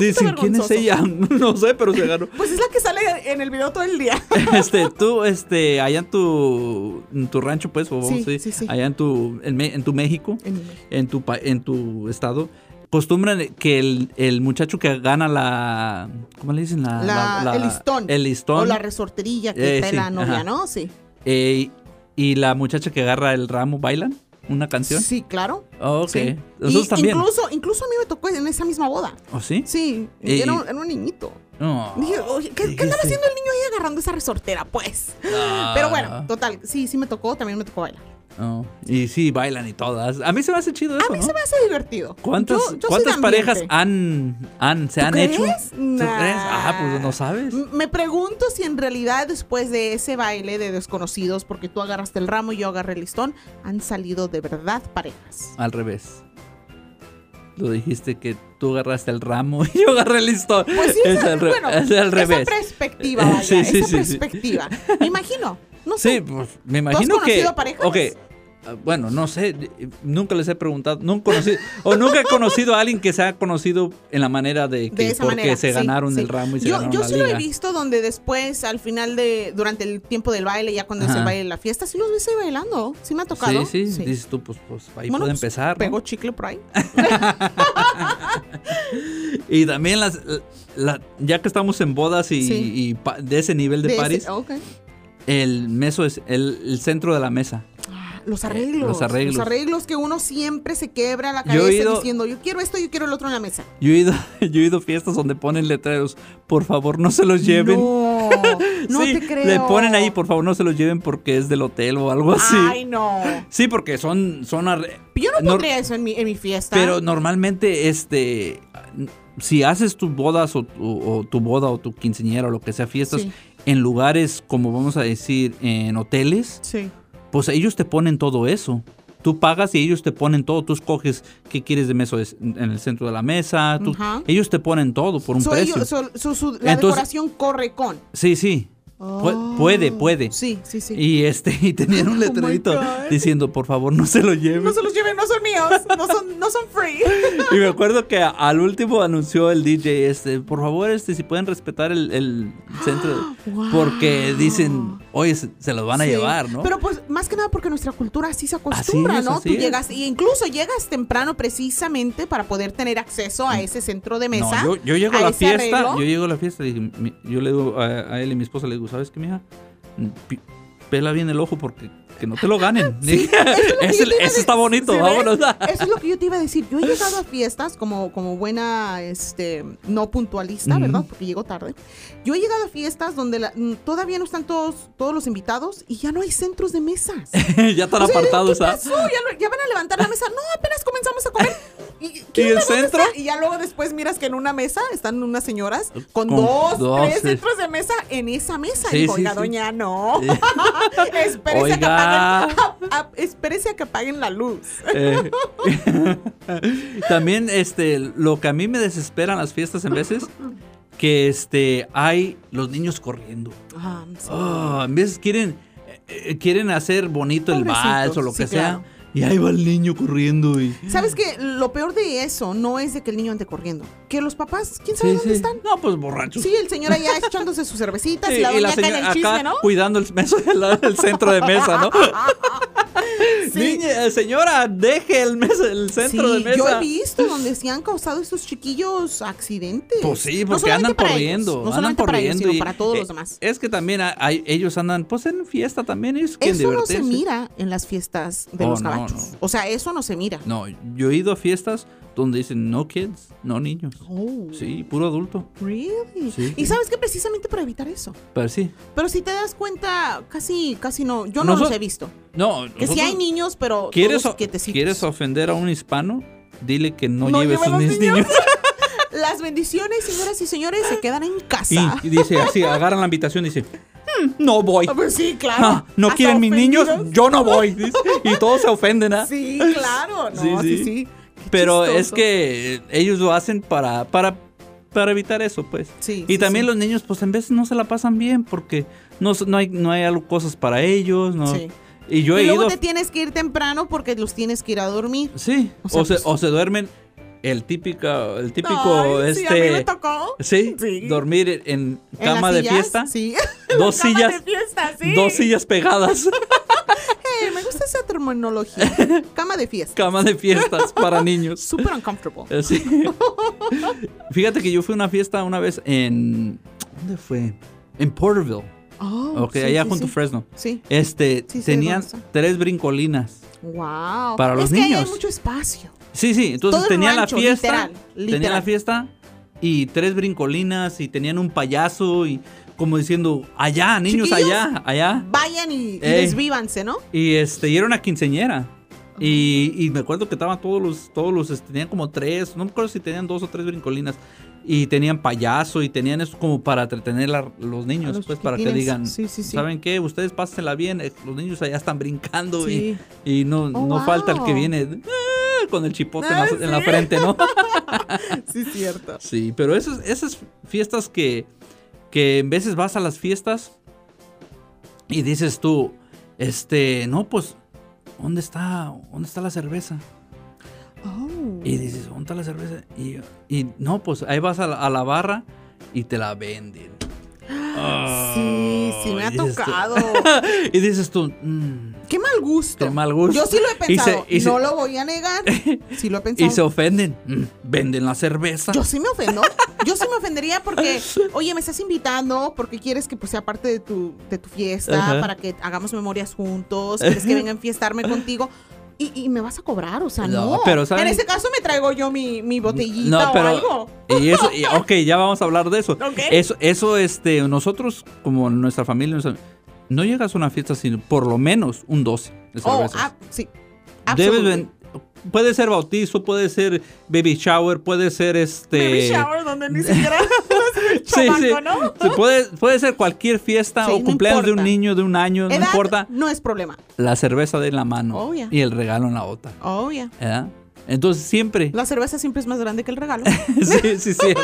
Dicen, ¿quién es
vergonzoso".
ella? No sé, pero se ganó.
Pues es la que sale en el video todo el día.
Este, tú, este, allá en tu, en tu rancho, pues, o
Sí,
sí,
sí, sí.
allá en tu, en, Me- en tu México,
En-
en tu, pa- en tu estado, acostumbran que el, el muchacho que gana la, ¿cómo le dicen? La,
La-
la- la-
el listón.
El
O
listón.
la resorterilla que
Eh,
trae
sí,
la novia,
ajá.
¿no? Sí.
eh, y la muchacha que agarra el ramo, ¿bailan una canción?
Sí, claro.
Ah, ok.
Sí.
Nosotros
Y
también.
Incluso, incluso a mí me tocó en esa misma boda.
¿O sí?
Sí,
Y-
era, un, era un niñito.
No.
Dije, oye, ¿qué, qué andaba
dijiste.
haciendo el niño ahí agarrando esa resortera, pues?
Ah.
Pero bueno, total, sí, sí me tocó, también me tocó bailar.
No. Y sí, bailan y todas. A mí se me hace chido eso,
A mí
¿no?
se me hace divertido.
¿Cuántas,
Yo- yo soy
cuántas
de
parejas
ambiente.
han, han, se
¿Tú
han hecho?
crees?
¿Tú
Nah.
crees? Ah, pues no sabes.
M- Me pregunto si en realidad después de ese baile de desconocidos, porque tú agarraste el ramo y yo agarré el listón, han salido de verdad parejas.
Al revés. Lo dijiste que tú agarraste el ramo y yo agarré el listón.
Pues sí,
es,
esa-
al re-
bueno,
es al revés.
Esa perspectiva, vaya,
Sí, sí,
esa
sí, sí.
perspectiva. Me imagino. No
Sí,
sé.
pues me imagino que.
conocido parejas?
Ok. ah, Bueno, no sé, eh, nunca les he preguntado, nunca conocí, o nunca he conocido a alguien que se ha conocido en la manera de que
De esa
porque
manera.
se
sí,
ganaron
sí.
el ramo y se
yo,
ganaron
Yo
la
sí
liga.
lo he visto donde después, al final de. Durante el tiempo del baile, ya cuando es el
Ajá.
baile de la fiesta, sí los ves ahí bailando. Sí me ha tocado.
Sí, sí, dices tú, pues, pues ahí
Bueno,
puede
pues,
empezar. ¿no?
Pegó chicle por ahí.
Y también las, la- ya que estamos en bodas y,
Sí.
y pa- de ese nivel de,
De ese- oh.
paris,
ok.
el meso es el, el centro de la mesa.
Ah, Los arreglos,
los arreglos.
Los arreglos que uno siempre se quebra la
Yo he
cabeza
ido-
diciendo, yo quiero esto, yo quiero el otro en la mesa.
Yo he ido, yo he ido a fiestas donde ponen letreros, por favor no se los lleven.
No, no
Sí,
te creo.
Le ponen ahí, por favor no se los lleven porque es del hotel o algo así.
Ay, no.
Sí, porque son, son arre-
Yo no
No-
pondría eso en mi, en mi fiesta.
Pero normalmente, este, si haces tus bodas o, tu- o tu boda o tu quinceñera o lo que sea, fiestas
Sí.
en lugares como vamos a decir, en hoteles,
Sí.
pues ellos te ponen todo eso. Tú pagas y ellos te ponen todo. Tú escoges qué quieres de mesa es- en el centro de la mesa. tú-
Ujú.
Ellos te ponen todo por un
So,
precio.
ellos- so- so- su- la
Entonces-
decoración corre con.
Sí, sí. Pu-
Oh.
Puede, puede.
Sí, sí, sí. Oh
Y este, y tenían un
my
letrerito
God.
diciendo, por favor, no se lo lleven.
No se los lleven, no son míos, no son, no son free.
Y me acuerdo que a- al último anunció el DJ este, por favor, este, si pueden respetar el, el centro.
Wow.
Porque dicen, oye, se, se los van a
Sí.
llevar, ¿no?
Pero pues más que nada porque nuestra cultura así se acostumbra,
Así es,
¿no?
así
Tú
es.
llegas y incluso llegas temprano precisamente para poder tener acceso a ese centro de
Mm. No,
mesa.
yo, yo llego a la
ese
fiesta,
arreglo.
yo llego a la fiesta, dije, mi- yo le digo a, a él y mi esposa, le digo, ¿sabes qué, mija? Pi- Pela bien el ojo porque que no te lo ganen. Ese-
yo te iba a
ese está
decir,
bonito,
¿sí ves?
vámonos.
Eso es lo que yo te iba a decir. Yo he llegado a fiestas como, como buena, este, no puntualista,
Ujú.
¿verdad? Porque llego tarde. Yo he llegado a fiestas donde la- mm, todavía no están todos, todos los invitados y ya no hay centros de mesas.
ya están
O sea,
apartados.
¿Qué
¿ah?
pasó? Ya, lo- ya van a levantar la mesa. No, apenas comenzamos a comer. ¿Y, ¿quién
¿Y el
sabe dónde
centro?
está? Y ya luego después miras que en una mesa están unas señoras con,
Con
dos,
dos,
tres
sí.
centros de mesa en esa mesa.
Sí,
y digo,
sí,
oiga,
sí.
doña, no.
Sí.
espérese,
Oiga.
A que apaguen, a- a- espérese a que apaguen la luz.
Eh, también, este, lo que a mí me desesperan las fiestas en veces, que este, hay los niños corriendo.
Ah, sí.
Ah, en veces quieren, eh, eh, quieren hacer bonito el
Pobrecitos,
vals o lo
sí,
que
claro.
sea. Y ahí va el niño corriendo y...
¿Sabes qué? Lo peor de eso no es de que el niño ande corriendo. Que los papás, ¿quién sabe
Sí,
dónde
sí.
están?
No, pues borrachos.
Sí, el señor allá echándose sus cervecitas
Sí,
y la doña acá en
señora
el chisme, ¿no? Ah,
cuidando el, mes- el- el centro de mesa, ¿no? Niña, eh, señora, deje el, mes- el centro
Sí,
de mesa.
Yo he visto donde se han causado estos chiquillos accidentes.
Pues sí,
No
porque
solamente
andan
para ellos,
corriendo.
no
andan
solamente para ellos,
corriendo.
sino
y-
para todos
eh,
los demás.
Es que también hay- ellos andan, pues en fiesta también. Ellos quieren
Eso no se
divertirse.
mira en las fiestas de
Oh,
los
no,
gabachos.
no.
O sea, eso no se mira.
No, yo he ido a fiestas donde dicen no kids, no niños.
Oh,
Sí, puro adulto.
really?
Sí,
Y
sí.
sabes que precisamente para evitar eso.
Pero sí.
Pero si te das cuenta, casi, casi no. Yo no
Nosot-
los he visto.
No,
Que si
nosotros-
hay niños, pero
¿quieres,
todos
o-
quietecitos.
¿Quieres ofender a un hispano? Dile que no,
No
lleve
lleve
sus
a los
niños.
niños. Las bendiciones, señoras y señores, se quedan en
Y,
casa.
y dice así, agarran la invitación y dice, "Mm, no voy.
Ah, pues sí, claro.
Ah, no
Hasta
quieren mis niños,
ofendidos.
yo no voy. dice. Y todos se ofenden, ¿ah?
Sí, claro. No,
Sí,
sí, sí.
sí. Pero
chistoso.
es que eh, ellos lo hacen para, para, para evitar eso, pues.
Sí,
Y
sí,
también
sí.
los niños, pues en veces no se la pasan bien porque no, s- no hay, no hay algo- cosas para ellos, ¿no?
Sí.
Y yo
y
he
luego
ido...
te tienes que ir temprano porque los tienes que ir a dormir.
Sí,
O
o,
sea,
se,
pues-
o se duermen el típico, el típico,
Ay, sí,
este...
a mí me tocó.
Sí,
Sí.
dormir en
¿En las
cama de
sillas?
fiesta,
Sí.
dos
En cama
sillas,
de fiesta, sí.
dos sillas pegadas,
Eh, me gusta esa terminología. Cama de fiesta.
cama de fiestas para niños.
Súper uncomfortable.
Eh, sí. Fíjate que yo fui a una fiesta una vez en ¿dónde fue? En Porterville,
Oh,
ok,
sí,
allá
sí,
junto a
sí.
Fresno.
Sí.
Este,
Sí, sí,
tenían
¿dónde está?
tres brincolinas.
Wow.
Para los
es que ahí hay
niños.
mucho espacio.
Sí, sí, entonces
Todo el
tenían
rancho,
la fiesta,
literal,
tenían
literal.
la fiesta y tres brincolinas y tenían un payaso y como diciendo, allá, niños,
Chiquillos,
allá, allá.
Vayan y, y
Ey.
desvívanse, ¿no?
Y este, y era una quinceñera. Y, y me acuerdo que estaban todos los, todos los, este, tenían como tres, no me acuerdo si tenían dos o tres brincolinas. Y tenían payaso y tenían eso como para entretener a los niños,
A los
pues para que
chiquitines.
digan,
Sí, sí, sí.
¿saben qué? Ustedes pásenla bien, eh, los niños allá están brincando
Sí. Oh,
y, y no, no
wow.
falta el que viene "Ah", con el chipote en la-
Ah,
en, la,
sí.
frente, ¿no?
Sí, cierto.
sí, pero esas, esas fiestas que, que en veces vas a las fiestas y dices tú, este, no, pues, ¿dónde está, dónde está la cerveza?
Oh.
Y dices, ¿dónde está la cerveza? Y, y no, pues ahí vas a la, a la barra y te la venden.
Sí, sí, me
Ah, y
ha
dices tú-
tocado.
y dices tú, "Mm".
Qué mal gusto.
Qué mal gusto.
Yo sí lo he
Y se-
pensado.
y se-
no lo voy a negar. Sí lo he pensado.
y se ofenden. "Mm, Venden la cerveza.
Yo sí me ofendo. Yo sí me ofendería porque, oye, me estás invitando porque quieres que pues, sea parte de tu, de tu fiesta,
Ajá.
para que hagamos memorias juntos, quieres que venga a enfiestarme contigo. Y, y me vas a cobrar, o sea, no.
No, pero, ¿saben?
En ese caso me traigo yo mi, mi botellita
No, pero-
o algo.
Y eso, y- ok, ya vamos a hablar de eso.
Ok.
Eso, eso, este, nosotros, como nuestra familia, nuestra- no llegas a una fiesta sin por lo menos un 12 de
Oh,
pues, cervezas.
ah, sí.
Debes
Absolutely.
ven- puede ser bautizo, puede ser baby shower, puede ser este.
Baby shower donde ni siquiera
Sí,
chamaco,
sí.
¿no?
Sí, puede, puede ser cualquier fiesta
Sí,
o
no
cumpleaños de
importa.
un niño, de un año, no
Edad
importa.
no es problema.
La cerveza de la mano
Oh, yeah.
y el regalo en la otra.
Oh, yeah.
¿verdad? Entonces siempre.
La cerveza siempre es más grande que el regalo.
sí, sí, cierto.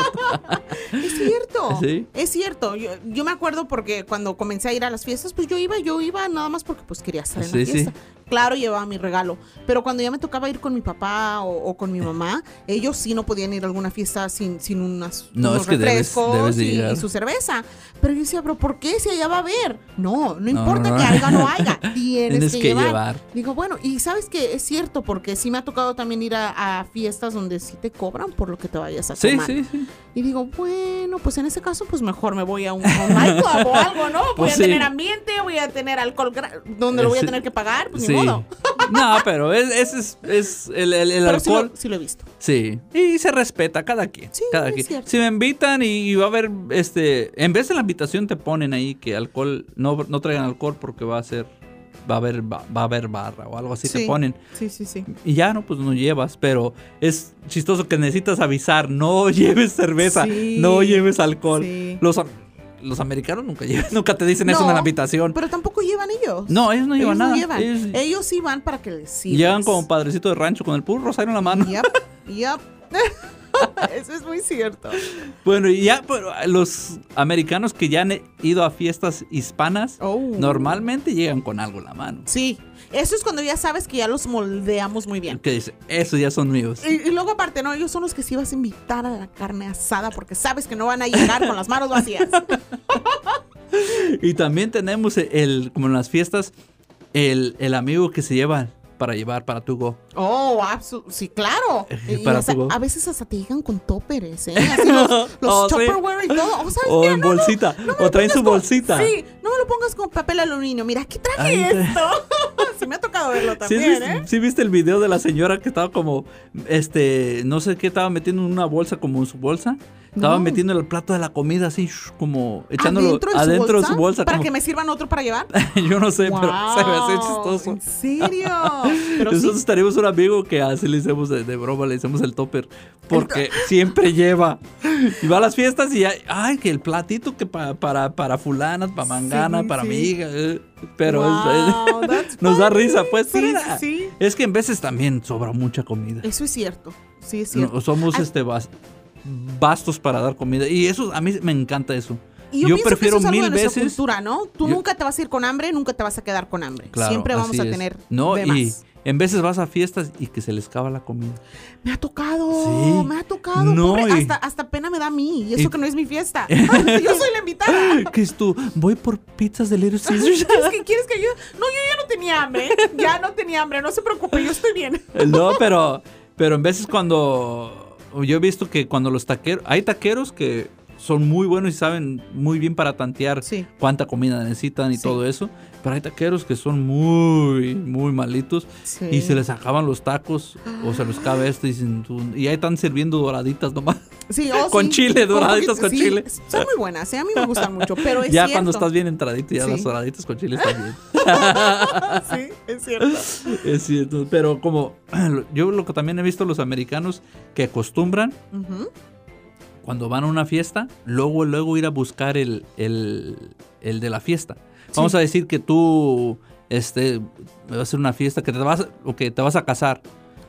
Es cierto.
¿Sí?
Es cierto. Yo, yo me acuerdo porque cuando comencé a ir a las fiestas, pues yo iba, yo iba nada más porque pues quería estar en la
Sí, sí.
fiesta. Claro, llevaba mi regalo. Pero cuando ya me tocaba ir con mi papá o, o con mi mamá, ellos sí no podían ir a alguna fiesta sin, sin unas
No,
unos
es que debes-
refrescos
debes de
y- y,
llegar.
su cerveza. Pero yo decía, pero ¿por qué? Si allá va a haber. No, no
No,
importa
no,
que
no.
haya o no haya. Tienes,
Tienes
que,
que
llevar.
llevar.
Digo, bueno, y sabes que es cierto, porque sí me ha tocado también ir a, a fiestas donde sí te cobran por lo que te vayas a
Sí,
tomar.
sí, sí.
Y digo, bueno, pues en ese caso, pues mejor me voy a un, a un nightclub o algo, ¿no? Voy
Pues
a
sí.
tener ambiente, voy a tener alcohol, gra- donde lo voy a
Sí.
tener que pagar, pues
Sí.
ni modo.
No, pero es- ese es, es el, el- el
Pero sí
alcohol.
lo, sí lo he visto.
Sí, y se respeta cada quien.
Sí,
cada
es
quien.
cierto.
Si me invitan y va a haber, este, en vez de la invitación te ponen ahí que alcohol, no, no traigan alcohol porque va a ser, va a haber, ba- va, a haber barra o algo así
Sí.
te ponen.
Sí, sí, sí.
Y ya no, pues no llevas, pero es chistoso que necesitas avisar, no lleves cerveza,
Sí,
no lleves alcohol.
sí.
Los, am- los americanos nunca llevan, nunca te dicen eso
No,
en la invitación.
Pero tampoco llevan ellos.
No, ellos no llevan
ellos
nada.
No llevan. Ellos,
Ellos-
sí van para que les sirvas.
Llegan como padrecito de rancho con el puro rosario en la mano.
Yep, yep. Eso es muy cierto.
Bueno, y ya pero ah, los americanos que ya han ido a fiestas hispanas,
Oh.
normalmente llegan con algo en la mano.
Sí, eso es cuando ya sabes que ya los moldeamos muy bien.
Que dice, esos ya son míos.
Y, y luego aparte, no, ellos son los que sí vas a invitar a la carne asada porque sabes que no van a llegar con las manos vacías.
Y también tenemos el, como en las fiestas, el, el amigo que se lleva para llevar para tu go.
Oh, abso- sí, claro. Y
Eh, Para
hasta-
tu voz.
a veces hasta te llegan con tóperes, ¿eh? Así los, los
Oh, sí.
Tupperware y todo. Oh, ¿sabes?
O
Mira,
en
no, no,
bolsita. o traen su bolsita.
Sí, no me lo pongas con papel aluminio. Mira, aquí traje
Ay, te-
esto. sí, me ha tocado verlo
¿Sí,
también,
has visto-
¿eh?
sí viste el video de la señora que estaba como, este, no sé qué, estaba metiendo en una bolsa, como en su bolsa? Estaba
No.
metiendo el plato de la comida así, shh, como echándolo
¿Adentro de su bolsa? Para
como-
que me sirvan otro para llevar.
yo no sé, pero se me hace
Wow,
chistoso.
¿En serio? Pero sí,
Nosotros tenemos un amigo que así le hicimos de, de broma, le hicimos el topper, porque siempre lleva. Y va a las fiestas y ya, ay, que el platito que pa- para, para fulanas, para mangana,
Sí,
para
sí.
amiga. eh, Pero
Wow,
es- eh,
that's
nos da
funny.
risa, pues.
Sí,
pero
sí,
era-
sí.
Es que en veces también sobra mucha comida.
Eso es cierto. Sí, es cierto.
No, somos
Ay.
este vas- bastos para dar comida. Y eso, a mí me encanta eso.
Y yo,
Yo
pienso
prefiero
que eso es algo
mil
de nuestra
veces-
cultura, ¿no? Tú
Yo-
nunca te vas a ir con hambre, nunca te vas a quedar con hambre.
Claro,
Siempre vamos
así
a
es.
tener
No,
de
y
más.
en veces vas a fiestas y que se les cava la comida.
Me ha tocado,
Sí.
me ha tocado.
No,
pobre,
y-
hasta, hasta pena me da a mí. Y eso
y-
que no es mi fiesta. yo soy la invitada.
¿Qué es tú? Voy por pizzas de Little Caesars.
¿Quieres que, ¿Quieres que ayude? No, yo ya no tenía hambre. Ya no tenía hambre. No se preocupe, yo estoy bien.
No, pero, pero en veces cuando yo he visto que cuando los taqueros, hay taqueros que son muy buenos y saben muy bien para tantear
Sí.
cuánta comida necesitan y
Sí.
todo eso, pero hay taqueros que son muy, muy malitos
Sí.
y se les acaban los tacos o se los cabe esto y, dicen, "Tú", y ahí están sirviendo doraditas nomás.
Sí, oh,
Con
sí.
chile, doraditas
poquito-
con chile.
Son muy buenas, ¿eh? a mí me gustan mucho. Pero es
ya
Pues cierto.
cuando estás bien entradito, ya
Sí.
las doraditas con chile están bien.
Ah, Sí, es cierto.
Es cierto, pero como yo lo que también he visto los americanos que acostumbran
Ujú.
cuando van a una fiesta, luego, luego ir a buscar el, el- el de la fiesta. Vamos a decir que tú este, vas a hacer una fiesta, que te vas, o que te vas a casar.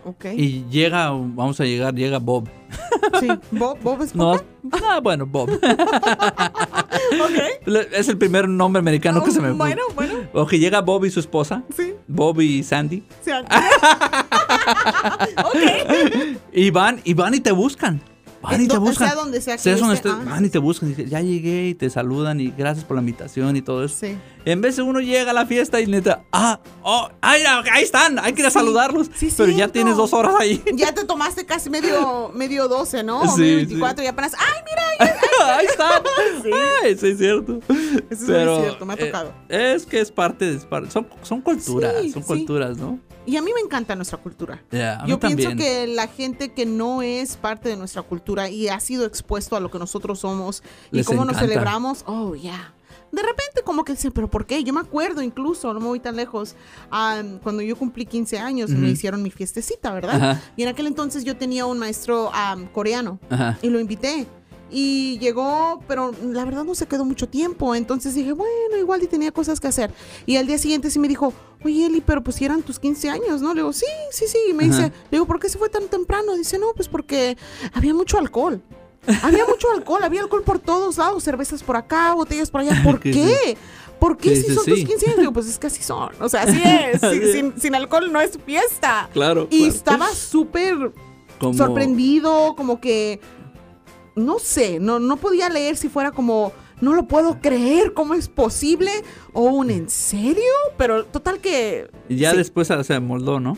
Ok.
Y llega, vamos a llegar, llega Bob.
Sí. Bob, Bob es
No, ah, bueno, Bob.
Ok.
es el primer nombre americano que se me
Bueno, bueno,
O que llega Bob y su esposa,
sí.
Bob y Sandy.
sí.
Ah,
ok.
Y van, y van y te buscan. Van y
Eh,
te
do-
buscan.
sea donde sea que
Seas donde
esté,
estés,
ah.
van y te buscan. Y ya llegué y te saludan y gracias por la invitación y todo eso.
Sí.
En vez de uno llega a la fiesta y neta, ah, oh, ay, ah, ahí están, hay que ir a
Sí,
saludarlos.
sí,
pero ya
cierto.
tienes dos horas ahí.
Ya te tomaste casi medio, medio 12, ¿no? O
Sí,
medio
sí.
24 y apenas. ¡Ay, mira!
ahí están. Ay, sí, es cierto.
es muy
Pero,
cierto, me ha
eh,
tocado.
es que es parte de. es par- Son, son culturas,
Sí,
son
sí.
culturas, ¿no?
Y a mí me encanta nuestra cultura.
Ya, a mí
Yo
también.
pienso que la gente que no es parte de nuestra cultura y ha sido expuesto a lo que nosotros somos y
Les
cómo nos
encanta.
celebramos, oh, ya. De repente como que dicen, pero ¿por qué? Yo me acuerdo incluso, no me voy tan lejos, ah, cuando yo cumplí 15 años me
Ujú.
hicieron mi fiestecita, ¿verdad?
Ajá.
Y en aquel entonces yo tenía un maestro ah, coreano
Ajá.
y lo invité. Y llegó, pero la verdad no se quedó mucho tiempo. Entonces dije, bueno, igual y tenía cosas que hacer. Y al día siguiente sí me dijo, oye Eli, pero pues si eran tus 15 años, ¿no? Le digo, sí, sí, sí. Y me
Ajá.
dice, le digo, ¿por qué se fue tan temprano? Dice, no, pues porque había mucho alcohol. Había mucho alcohol, había alcohol por todos lados, cervezas por acá, botellas por allá. ¿Por
Que
qué? ¿Por qué
Sí,
si
sí,
son
sí.
tus 15 años? Digo, pues es que así son. O sea, así es.
Así
Sin,
es.
sin- sin alcohol no es fiesta.
Claro.
Y
claro.
estaba súper
Como-
sorprendido, como que no sé, no, no podía leer si fuera como no lo puedo creer, ¿cómo es posible? O un en serio, pero total que
Y ya
sí.
después se moldó, ¿no?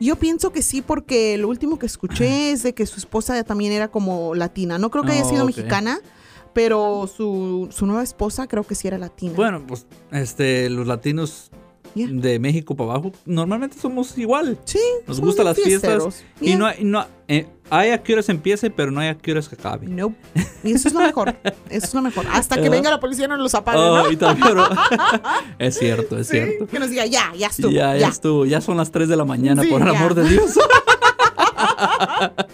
yo pienso que sí, porque lo último que escuché es de que su esposa también era como latina. No creo que haya
Oh,
sido
ok.
mexicana, pero su, su nueva esposa creo que sí era latina.
Bueno, pues este, los latinos
Yeah.
de México para abajo normalmente somos igual.
sí,
Nos
son
gustan las
fiesteros.
fiestas.
Yeah.
Y no hay, no, eh, hay a qué horas empiece, pero no hay a qué horas que acabe.
Nope. Y eso es lo mejor. Eso es lo mejor. Hasta que
Ajá.
venga la policía y nos los apague,
Oh,
¿no?
y también, pero- es cierto, es
Sí,
cierto.
que nos diga, ya, ya estuvo.
ya, ya,
ya.
estuvo, ya son las 3 de la mañana,
Sí,
por el
ya.
amor de Dios.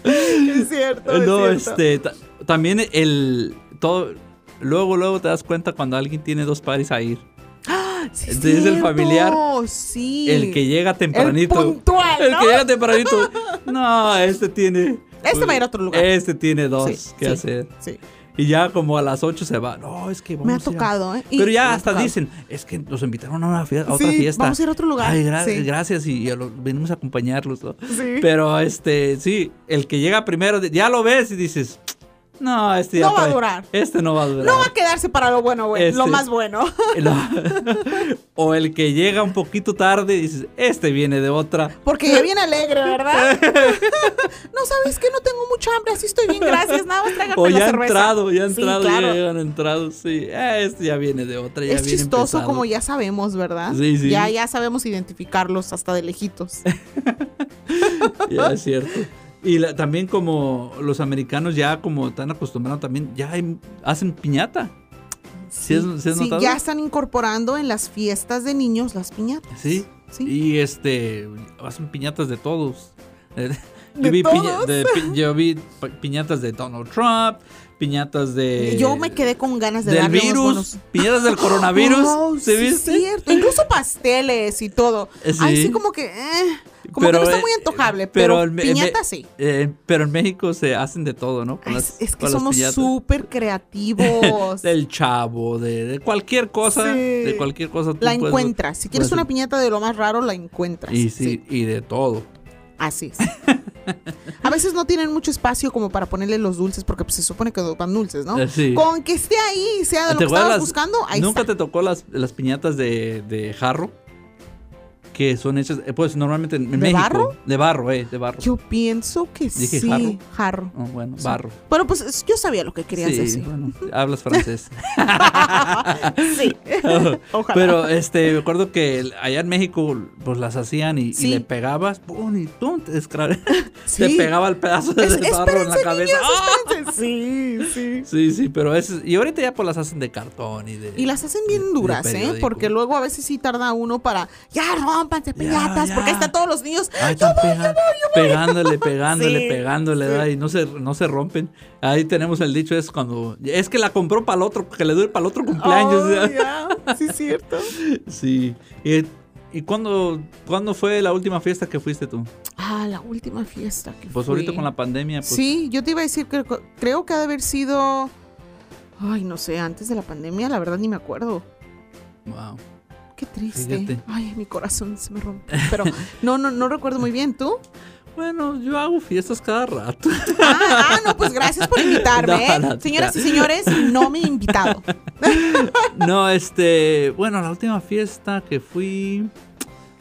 Es cierto. es
no,
cierto.
este, ta- también el, todo, luego, luego te das cuenta cuando alguien tiene dos pares a ir.
Sí,
desde
es
este el
cierto,
familiar,
Sí.
El que llega
El
tempranito.
puntual,
El
¿no?
que llega tempranito. No, este tiene
Este va a ir a otro lugar.
Este tiene dos
Sí,
que
sí,
hacer.
sí.
Y ya como a las 8 se va. No, es que vamos
Me ha
a ir a-
tocado, ¿eh? Y-
Pero ya
me ha
hasta
tocado.
dicen, es que nos invitaron a, una fie- a otra
Sí,
fiesta.
vamos a ir a otro lugar.
Ay, gra-
Sí.
gracias y, y a lo- venimos a acompañarlos. ¿no?
Sí.
Pero este, sí, el que llega primero, de- ya lo ves y dices, no, este ya
No va a
trae-
durar.
Este no va a durar.
No va a quedarse para lo bueno, güey. Lo
Este-
más bueno.
No. o el que llega un poquito tarde y dices, este viene de otra.
Porque ya bien alegre, ¿verdad? no sabes que no tengo mucha hambre, así estoy bien, gracias. Nada más tráigame
O
la
ya ha
cerveza.
entrado, ya ha
Sí,
entrado,
claro.
ya llegan entrados, sí. "Ah, este ya viene de otra, ya
es
viene
chistoso
empezado".
como ya sabemos, ¿verdad?
Sí, sí.
Ya, ya sabemos identificarlos hasta de lejitos.
Ya es cierto. Y la- también como los americanos ya como están acostumbrados también, ya hay- hacen piñata. ¿Sí, has- sí has
Sí,
notado?
ya están incorporando en las fiestas de niños las piñatas.
Sí.
Sí.
Y este, hacen piñatas de todos. Eh,
¿De
Yo vi, piña-
todos?
de pi- yo vi pa- piñatas de Donald Trump, piñatas de...
Yo me quedé con ganas de
del
darle unos
virus,
bonos.
piñatas del coronavirus.
Oh,
¿Se
sí,
viste?
cierto. Incluso pasteles y todo.
Eh,
Ahí sí
sí.
como que... eh, como que no está
eh,
muy antojable,
pero
pero,
en- en-
piñata sí.
eh, pero en México se hacen de todo, ¿no? Con
Ay,
las-
es que
con las
somos
piñatas.
súper creativos.
del chavo, de, de cualquier cosa,
Sí.
de cualquier cosa. tú
la
puedes-
encuentras. Si quieres
pues,
una piñata de lo más raro, la encuentras.
Y sí, y de todo.
Así es. A veces no tienen mucho espacio como para ponerle los dulces, porque pues, se supone que van dulces, ¿no?
Eh, sí.
Con que esté ahí y sea de lo
¿Te
que
acuerdas
estabas
las-
buscando, ahí
¿Nunca
está.
te tocó las, las piñatas de, de jarro? Que son hechas, eh, pues normalmente en México.
barro?
De barro, eh, de barro.
Yo pienso que
Dije
sí, jarro.
jarro. Oh, bueno, barro.
Bueno, pues es- yo sabía lo que querías
Sí,
decir.
bueno, hablas francés.
sí. Ojalá.
Pero este, me acuerdo que el- allá en México pues las hacían y, y
Sí.
le pegabas, ¡pum! y ¡tum! te, escra-
Sí.
te pegaba el pedazo de
Es-
barro en la
espérense,
cabeza. ¡Ah!
niños, espérense. Sí, sí.
Sí, sí, pero es y ahorita ya pues las hacen de cartón y de
Y las hacen bien
de
duras, ¿eh?
periódico.
Porque luego a veces sí tarda uno para, ya rompanse piñatas,
ya.
porque ahí están todos los niños.
Ay, están pega- pegándole, pegándole,
Sí,
pegándole,
sí.
¿verdad? y no se, no se rompen. Ahí tenemos el dicho, es cuando, es que la compró para el otro, que le dure para el otro cumpleaños.
Oh,
¿verdad?
ya. Sí, cierto.
Sí. ¿Y, y cuándo, cuándo fue la última fiesta que fuiste tú?
Ah, la última fiesta que
Pues
fui.
ahorita con la pandemia, pues
Sí, yo te iba a decir que creo que ha de haber sido... Ay, no sé, antes de la pandemia, la verdad ni me acuerdo.
wow.
Qué triste.
Fíjate.
Ay, mi corazón se me rompe. Pero no, no, no recuerdo muy bien. ¿Tú?
Bueno, yo hago fiestas cada rato.
Ah, ah, no, pues gracias por invitarme.
No,
¿eh?
no, no.
Señoras y señores, no me he invitado.
No, este. Bueno, la última fiesta que fui.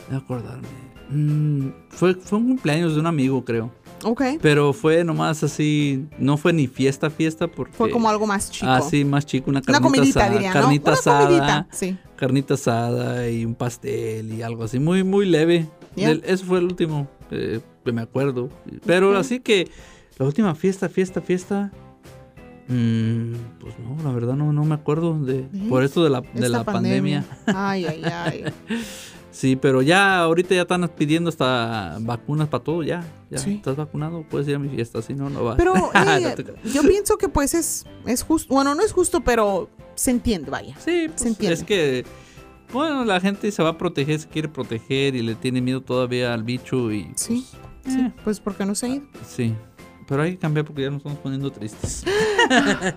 De acordarme. mm, fue, fue un cumpleaños de un amigo, creo.
Ok.
Pero fue nomás así. No fue ni fiesta, fiesta, porque.
Fue como algo más chico.
Así, más chico, una
Una
Ah, carnita
comidita,
asada.
diría, ¿no?
carnita
Una
asada.
comidita. Sí.
Carnita asada y un pastel y algo así. Muy, muy leve.
Ya.
El- eso fue el último eh, que me acuerdo. Pero
Ok.
así que. La última fiesta, fiesta, fiesta. mm, pues no, la verdad no, no me acuerdo de.
Ujú.
Por esto de la, de
Esta
la pandemia.
Ay, ay, ay.
Sí, pero ya ahorita ya están pidiendo hasta vacunas para todo, ya. ya.
Sí.
¿Estás vacunado? Puedes ir a mi fiesta, si no, no vas.
Pero
Ah, No
eh,
te creas.
yo pienso que pues es, es justo. Bueno, no es justo, pero se entiende, vaya.
sí, pues,
entiende.
es que, bueno, la gente se va a proteger, se quiere proteger y le tiene miedo todavía al bicho y...
Sí,
pues,
Sí,
eh,
pues porque no se ha ido.
sí. Pero hay que cambiar porque ya nos estamos poniendo tristes.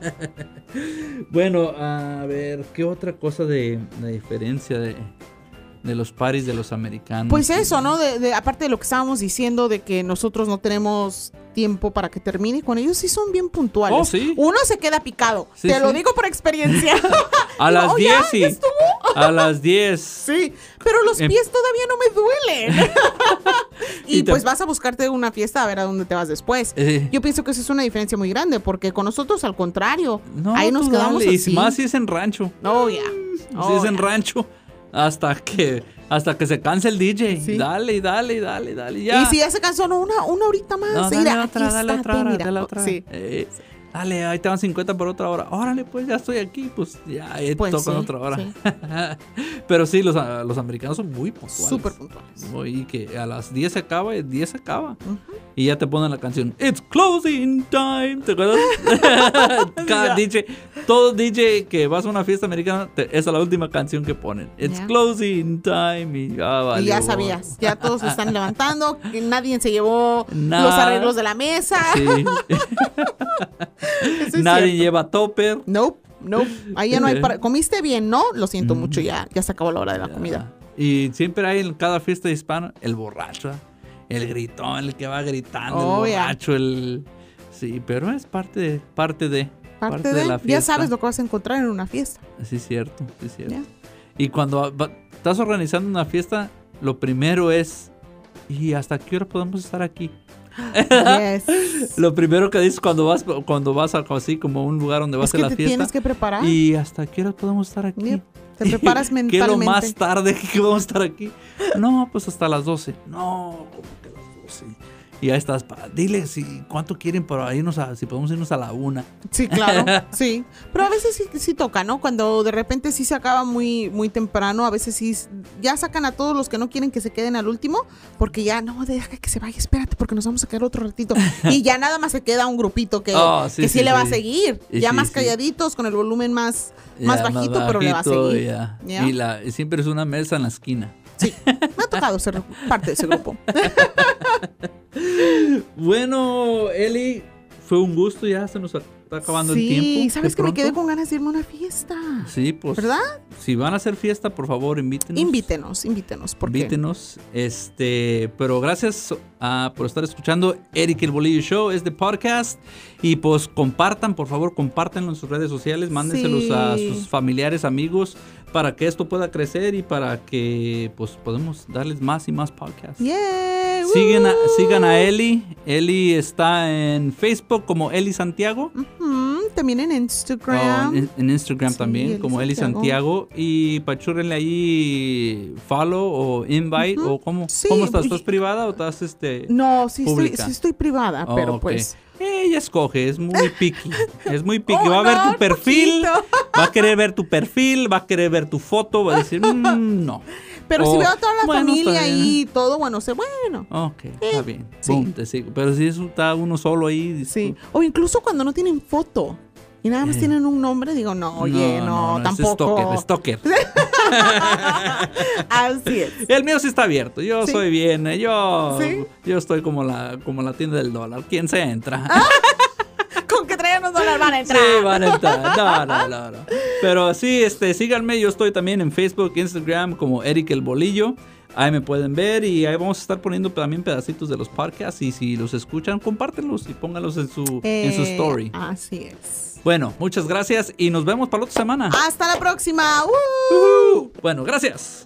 bueno, a ver, ¿qué otra cosa de la diferencia de, de los paris de los americanos?
Pues eso, ¿no? De, de- aparte de lo que estábamos diciendo de que nosotros no tenemos tiempo para que termine, con ellos sí son bien puntuales.
Oh, sí.
Uno se queda picado.
Sí,
Te lo
sí.
digo por experiencia.
A las
Oh,
10
ya,
y...
ya estuvo.
A las 10.
Sí, pero los
Em-
pies todavía no me duelen. y,
Y te-
pues vas a buscarte una fiesta a ver a dónde te vas después.
Eh,
Yo pienso que eso es una diferencia muy grande, porque con nosotros al contrario,
no,
ahí nos
tú
quedamos
dale.
así.
Y más si es en rancho.
Oh, ya.
si
Oh,
es en
ya.
rancho. Hasta que hasta que se canse el DJ.
Sí.
Dale, dale, dale, dale. Ya.
Y si ya se cansó, no, una, una horita más.
No, dale
mira,
otra,
aquí
dale
está,
otra
ten,
hora,
mira.
dale otra.
Sí.
Eh, dale, ahí te van 50 por otra hora. Órale, pues ya estoy aquí. Pues ya eh,
Pues
tocan
sí,
otra hora.
sí.
Pero sí, los, ah, los americanos son muy puntuales.
Súper puntuales.
Y que a las 10 se acaba y 10 se acaba. Y ya te ponen la canción It's closing time. ¿Te acuerdas? Cada
Ya.
DJ. Todo DJ que vas a una fiesta americana, te- esa es la última canción que ponen. It's
Ya.
closing time. Y ya,
Y
valió,
ya
gorro.
sabías, ya todos se están levantando, que nadie se llevó
Nada.
los arreglos de la mesa.
Sí.
Eso es
Nadie
cierto.
lleva topper.
Nope, nope. Ahí ya no hay para- Comiste bien, ¿no? Lo siento mucho, ya, ya se acabó la hora de la comida.
Y siempre hay en cada fiesta hispana el borracho, el gritón, el que va gritando,
Oh,
el
ya.
borracho, el... Sí, pero es parte de, parte de,
Parte, de, ya sabes lo que vas a encontrar en una fiesta.
Sí, cierto, sí, cierto.
Ya.
Y cuando va- estás organizando una fiesta, lo primero es, ¿y hasta qué hora podemos estar aquí?
Yes.
Lo primero que dices cuando vas, cuando vas a, así como a un lugar donde va a
es
ser
que
la
te
fiesta.
tienes que preparar.
¿Y hasta qué hora podemos estar aquí?
Yep. Te preparas
¿Qué es lo
mentalmente.
más tarde que vamos a estar aquí? No, pues hasta las 12. No, como que las 12. Y ahí estás para. Dile si cuánto quieren para irnos a. Si podemos irnos a la una.
Sí, claro, sí. Pero a veces sí, sí toca, ¿no? Cuando de repente sí se acaba muy, muy temprano, a veces sí s- ya sacan a todos los que no quieren que se queden al último, porque ya no, deja que se vaya, espérate, porque nos vamos a quedar otro ratito. Y ya nada más se queda un grupito que,
Oh, sí,
que sí,
sí,
le va a
sí.
seguir.
Y
ya
sí,
más
sí.
calladitos, con el volumen más, más,
Ya,
bajito, pero le va a
bajito,
seguir.
ya.
Ya.
Y la, y siempre es una mesa en la esquina.
Sí, me ha tocado ser parte de ese grupo.
Bueno, Eli, fue un gusto. Ya se nos está acabando
sí,
el tiempo.
¿sabes
de
que me
pronto.
quedé con ganas de irme a una fiesta?
Sí, pues.
¿Verdad?
Si van a hacer fiesta, por favor, invítenos.
Invítenos, invítenos, porque
Invítenos. Este, pero gracias ah, por estar escuchando Eric el Bolillo Show, este podcast. Y pues compartan, por favor, compártanlo en sus redes sociales, mándenselos
Sí.
a sus familiares, amigos, para que esto pueda crecer y para que pues podamos darles más y más podcasts.
Yeah,
Sigan a,
woo.
sigan a Eli. Eli está en Facebook como Eli Santiago.
Ujú, también en
o
Instagram.
en, en Instagram
Sí,
también,
Eli
como Eli Santiago.
Santiago.
Y pachúrenle ahí follow o invite
Ujú.
o cómo,
Sí, pues,
cómo estás.
oye.
¿Estás privada o estás este?
no, sí estoy,
Pública.
sí estoy privada,
Oh,
pero
ok.
pues.
Ella escoge, es muy picky. Es muy picky.
Oh,
va a
no,
ver tu
un
perfil,
poquito.
va a querer ver tu perfil, va a querer ver tu foto, va a decir, "Mm, no.
Pero
O,
si veo a toda la
"Bueno,
familia
está bien".
y todo, bueno, sé, bueno.
Ok, está bien.
sí.
Boom, te sigo. Pero si eso está uno solo ahí, discul-
Sí. O incluso cuando no tienen foto y nada más
Eh.
tienen un nombre, digo, no, oye, no,
es
tampoco.
stalker, stalker.
Así es.
El mío sí está abierto. Yo
Sí.
soy bien. eh, Yo,
Sí.
yo estoy como la, como la tienda del dólar. ¿Quién se entra?
Ah, Con que traigan un dólar van a
sí,
entrar.
van a entrar. No, no, no, no. Pero sí, este, síganme. Yo estoy también en Facebook, Instagram, como Eric el Bolillo. Ahí me pueden ver y ahí vamos a estar poniendo también pedacitos de los podcasts. Y si los escuchan, compártelos y póngalos en su, en su
Eh,
story.
Así es.
Bueno, muchas gracias y nos vemos para la otra semana.
Hasta la próxima. ¡Uh!
Ujú. Bueno, gracias.